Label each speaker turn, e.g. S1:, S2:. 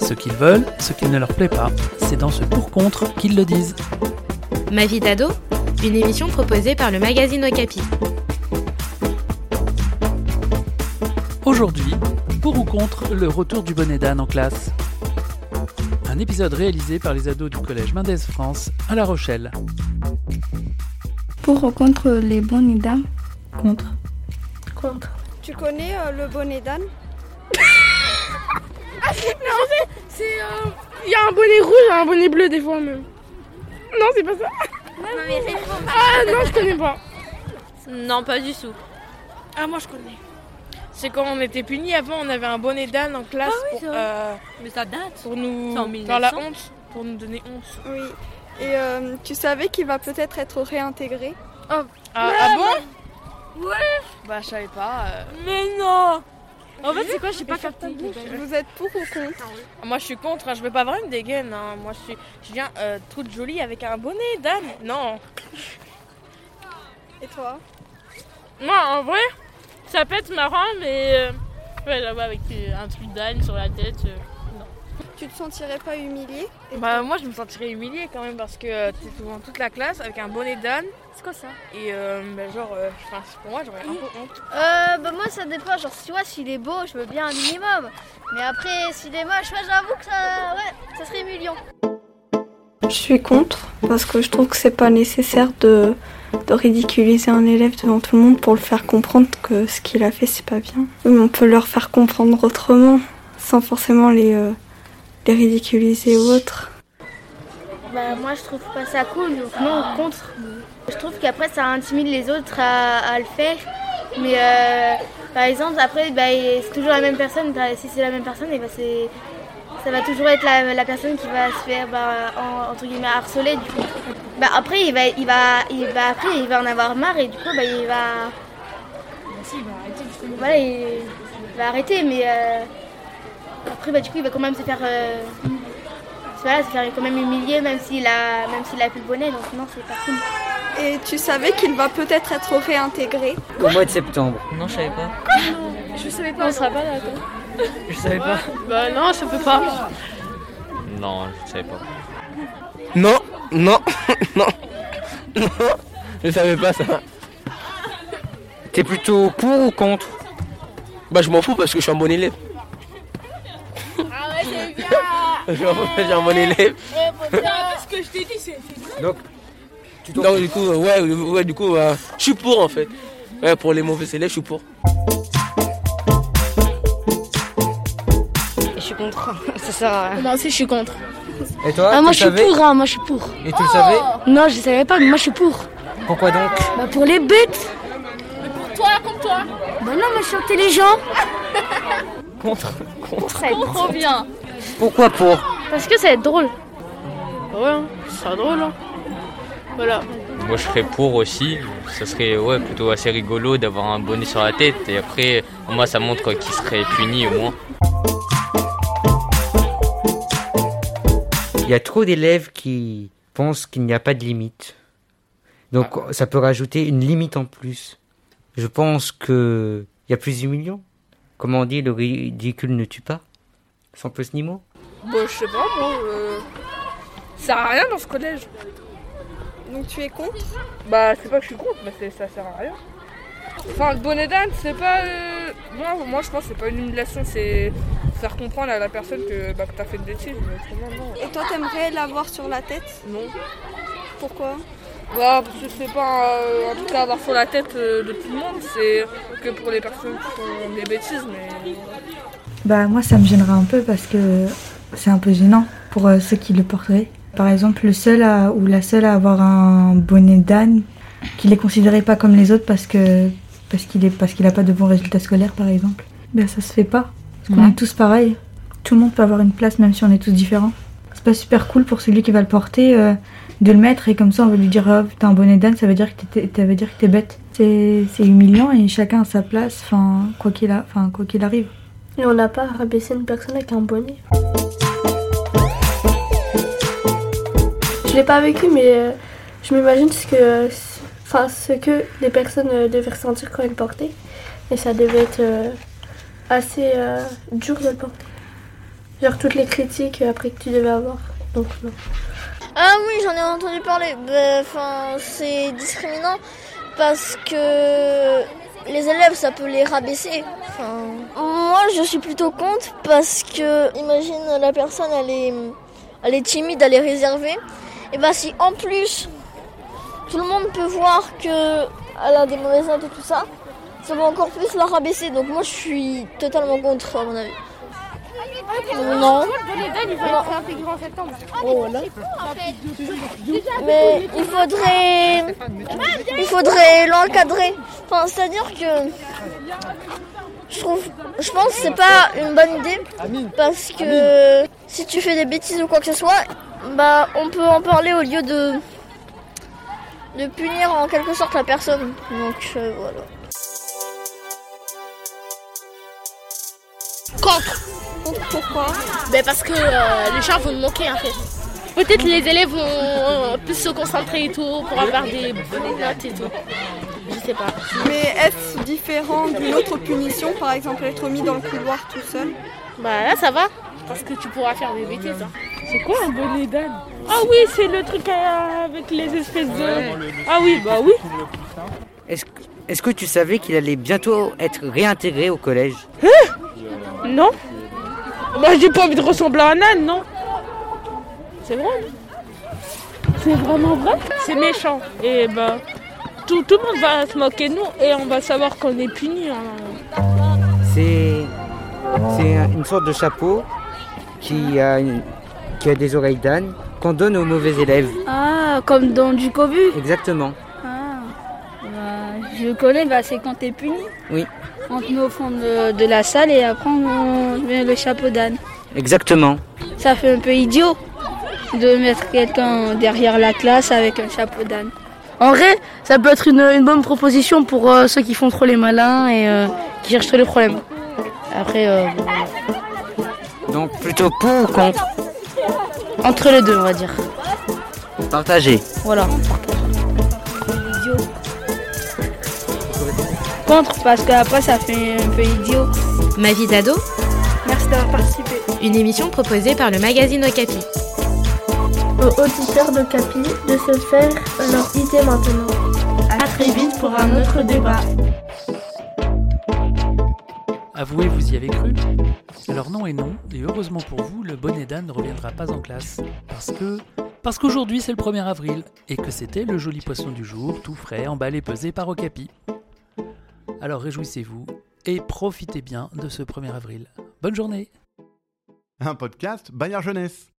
S1: Ce qu'ils veulent, ce qui ne leur plaît pas, c'est dans ce pour-contre qu'ils le disent.
S2: Ma vie d'ado, une émission proposée par le magazine Okapi.
S1: Aujourd'hui, pour ou contre le retour du bonnet d'âne en classe Un épisode réalisé par les ados du collège Mendès France à La Rochelle.
S3: Pour ou contre les bonnes dames
S4: Contre.
S5: Tu connais euh, le bonnet d'âne
S6: C'est. euh, Il y a un bonnet rouge et un bonnet bleu des fois même. Non, c'est pas ça.
S7: Non mais réponds pas.
S6: Ah non, je connais pas.
S2: Non, pas du tout.
S6: Ah, moi je connais. C'est quand on était punis avant, on avait un bonnet d'âne en classe
S2: Ah
S6: pour, euh,
S2: Mais ça date.
S6: pour nous.
S2: C'est en
S6: dans la
S2: 1900.
S6: honte. Pour nous donner honte.
S8: Oui. Et euh, tu savais qu'il va peut-être être réintégré
S6: Ah, ah bon Bah, je savais pas. euh.
S2: Mais non En fait, c'est quoi Je sais pas capté.
S8: Vous êtes pour ou contre
S6: Ah, Moi, je suis contre. hein, Je veux pas avoir une dégaine. hein. Moi, je suis. Je viens euh, toute jolie avec un bonnet d'âne. Non.
S8: Et toi
S6: Moi, en vrai, ça peut être marrant, mais. euh, ouais, là-bas, avec euh, un truc d'âne sur la tête. euh.
S8: Tu te sentirais pas humilié Et
S6: Bah, moi, je me sentirais humiliée quand même parce que euh, t'es devant toute la classe avec un bonnet d'âne.
S7: C'est quoi ça
S6: Et, euh, bah, genre, euh, enfin, pour moi, j'aurais un peu honte.
S7: Euh bah moi ça dépend, genre tu vois s'il est beau je veux bien un minimum. Mais après s'il est moche, ouais j'avoue que ça. Ouais, ça serait humiliant.
S3: Je suis contre parce que je trouve que c'est pas nécessaire de, de ridiculiser un élève devant tout le monde pour le faire comprendre que ce qu'il a fait c'est pas bien. Mais on peut leur faire comprendre autrement sans forcément les, euh, les ridiculiser ou autre.
S7: Bah moi je trouve pas ça cool, donc non contre. Je trouve qu'après ça intimide les autres à, à le faire. Mais euh, par exemple après bah, c'est toujours la même personne, Bah, si c'est la même personne et bah, c'est ça va toujours être la, la personne qui va se faire bah, en- entre guillemets harceler du coup. Bah, après il va il va il va après il va en avoir marre et du coup bah, il va voilà, il, il va arrêter mais euh, après bah, du coup il va quand même se faire euh, voilà, se faire quand même humilier, même s'il a, même s'il a plus le bonnet, donc non, c'est pas cool.
S8: Et tu savais qu'il va peut-être être réintégré
S9: Au mois de septembre.
S4: Non, je savais pas.
S9: Je savais pas.
S6: Bah, non, ça peut pas.
S9: Non, je savais pas.
S10: Non, non, non, non, je savais pas ça.
S9: T'es plutôt pour ou contre
S10: Bah je m'en fous parce que je suis un bon élève. Ah ouais c'est bien Je m'en fous parce que je suis un bon élève.
S9: Donc, tu t'en
S10: Donc du coup, euh, ouais, ouais du coup, euh, je suis pour en fait. Ouais, pour les mauvais élèves, je suis pour.
S4: Je suis contre. ça sert à rien.
S6: Non, si, je suis contre.
S9: Et toi
S4: Ah,
S9: tu
S4: moi,
S9: le
S4: je suis
S9: savais
S4: pour, hein, moi, je suis pour.
S9: Et tu le savais
S4: Non, je savais pas, mais moi, je suis pour.
S9: Pourquoi donc
S4: Bah, pour les bêtes. Mais pour toi, contre toi. Bah, non, mais je suis intelligent.
S9: Contre. Contre.
S4: Trop bien.
S9: Pourquoi pour
S4: Parce que ça va être drôle.
S6: Ouais, hein, ce sera drôle. Hein. Voilà.
S9: Moi, je serais pour aussi. Ça serait ouais, plutôt assez rigolo d'avoir un bonnet sur la tête. Et après, moi, ça montre qu'il serait puni au moins. Il y a trop d'élèves qui pensent qu'il n'y a pas de limite. Donc, ça peut rajouter une limite en plus. Je pense que il y a plus humiliant. Comment on dit, le ridicule ne tue pas Sans plus ni mot.
S6: Bah, je sais pas, moi. euh, Ça sert à rien dans ce collège.
S8: Donc tu es contre
S6: Bah, c'est pas que je suis contre, mais c'est- ça sert à rien. Enfin, le bonnet d'âne, c'est pas. euh, Moi, moi, je pense que c'est pas une humiliation, c'est faire comprendre à la personne que, bah, que t'as fait une bêtise. Mais autrement, non.
S8: Et toi t'aimerais l'avoir sur la tête
S6: Non.
S8: Pourquoi
S6: Bah, parce que c'est pas euh, un truc à avoir sur la tête euh, de tout le monde, c'est que pour les personnes qui font des bêtises, mais.
S11: Bah moi ça me gênerait un peu parce que c'est un peu gênant pour euh, ceux qui le porteraient. Par exemple le seul à- ou la seule à avoir un bonnet d'âne qui les considérait pas comme les autres parce que parce qu'il est parce qu'il a pas de bons résultats scolaires par exemple. Ben ça se fait pas. Parce qu'on est tous pareils. Tout le monde peut avoir une place même si on est tous différents. C'est
S3: c'est pas super cool pour celui qui va le porter euh, de le mettre et comme ça on va lui dire oh, t'as un bonnet d'âne, ça veut dire que t'es- t'es, ça veut dire que t'es bête. C'est, c'est humiliant et chacun à sa place, enfin quoi qu'il a, enfin quoi qu'il arrive.
S12: Et on n'a pas rabaissé une personne avec un bonnet. Je l'ai pas vécu, mais euh, je m'imagine ce que, enfin, ce que les personnes euh, devaient ressentir quand elles portaient. Et ça devait être euh, assez euh, dur de le porter. Genre toutes les critiques euh, après que tu devais avoir. Donc non.
S13: Ah oui, j'en ai entendu parler. Ben, Enfin, c'est discriminant parce que les élèves, ça peut les rabaisser. Enfin, moi, je suis plutôt contre parce que, imagine, la personne, elle est, elle est timide, elle est réservée. Et ben, si en plus, tout le monde peut voir que elle a des mauvaises notes et tout ça, ça va encore plus la rabaisser. Donc moi, je suis totalement contre, à mon avis. Non. Non.
S6: intégré en septembre.
S13: Oh là. Mais il faudrait, il faudrait l'encadrer. Enfin, c'est-à-dire que je trouve, je pense que c'est pas une bonne idée parce que si tu fais des bêtises ou quoi que ce soit, bah on peut en parler au lieu de de punir en quelque sorte la personne. Donc euh, voilà.
S6: Contre. pourquoi ben Parce que euh, les gens vont nous manquer en fait. Peut-être les élèves vont euh, plus se concentrer et tout pour avoir des bonnes notes et tout. Je sais pas.
S14: Mais est-ce différent d'une autre punition, par exemple être mis dans le couloir tout seul
S6: Bah là ça va, parce que tu pourras faire des bêtises. C'est quoi un bonnet d'âne Ah oui, c'est le truc euh, avec les espèces de... Ah oui, bah oui.
S9: Est-ce que, est-ce que tu savais qu'il allait bientôt être réintégré au collège
S6: Non Moi j'ai pas envie de ressembler à un âne, non C'est vrai non C'est vraiment vrai C'est méchant. Et ben, tout, tout le monde va se moquer de nous et on va savoir qu'on est puni. hein.
S9: C'est, c'est un- une sorte de chapeau qui a, une- qui a des oreilles d'âne qu'on donne aux mauvais élèves.
S7: Ah, comme dans du cobu
S9: Exactement.
S7: Ah, bah, je connais, bah, c'est quand t'es puni.
S9: Oui,
S7: On te met au fond de, de la salle et après on te met le chapeau d'âne.
S9: exactement.
S7: Ça fait un peu idiot de mettre quelqu'un derrière la classe avec un chapeau d'âne.
S4: En vrai, ça peut être une, une bonne proposition pour euh, ceux qui font trop les malins et euh, qui cherchent tous les problèmes. Après, euh,
S9: Donc plutôt pour ou contre
S4: entre les deux, on va dire.
S9: Partagé.
S7: Voilà. Idiot. Contre, parce qu'après ça fait un peu idiot.
S2: Ma vie d'ado,
S7: Merci d'avoir participé.
S2: une émission proposée par le magazine Okapi.
S12: Aux auditeurs de Capi de se faire leur idée maintenant.
S15: À très vite pour un autre débat.
S1: Avouez, vous y avez cru Alors non et non, et heureusement pour vous, le bonnet d'âne ne reviendra pas en classe. Parce que... Parce qu'aujourd'hui c'est le 1er avril, et que c'était le joli poisson du jour, tout frais, emballé, pesé par Okapi. Alors réjouissez-vous, et profitez bien de ce 1er avril. Bonne journée
S16: Un podcast Bayard Jeunesse.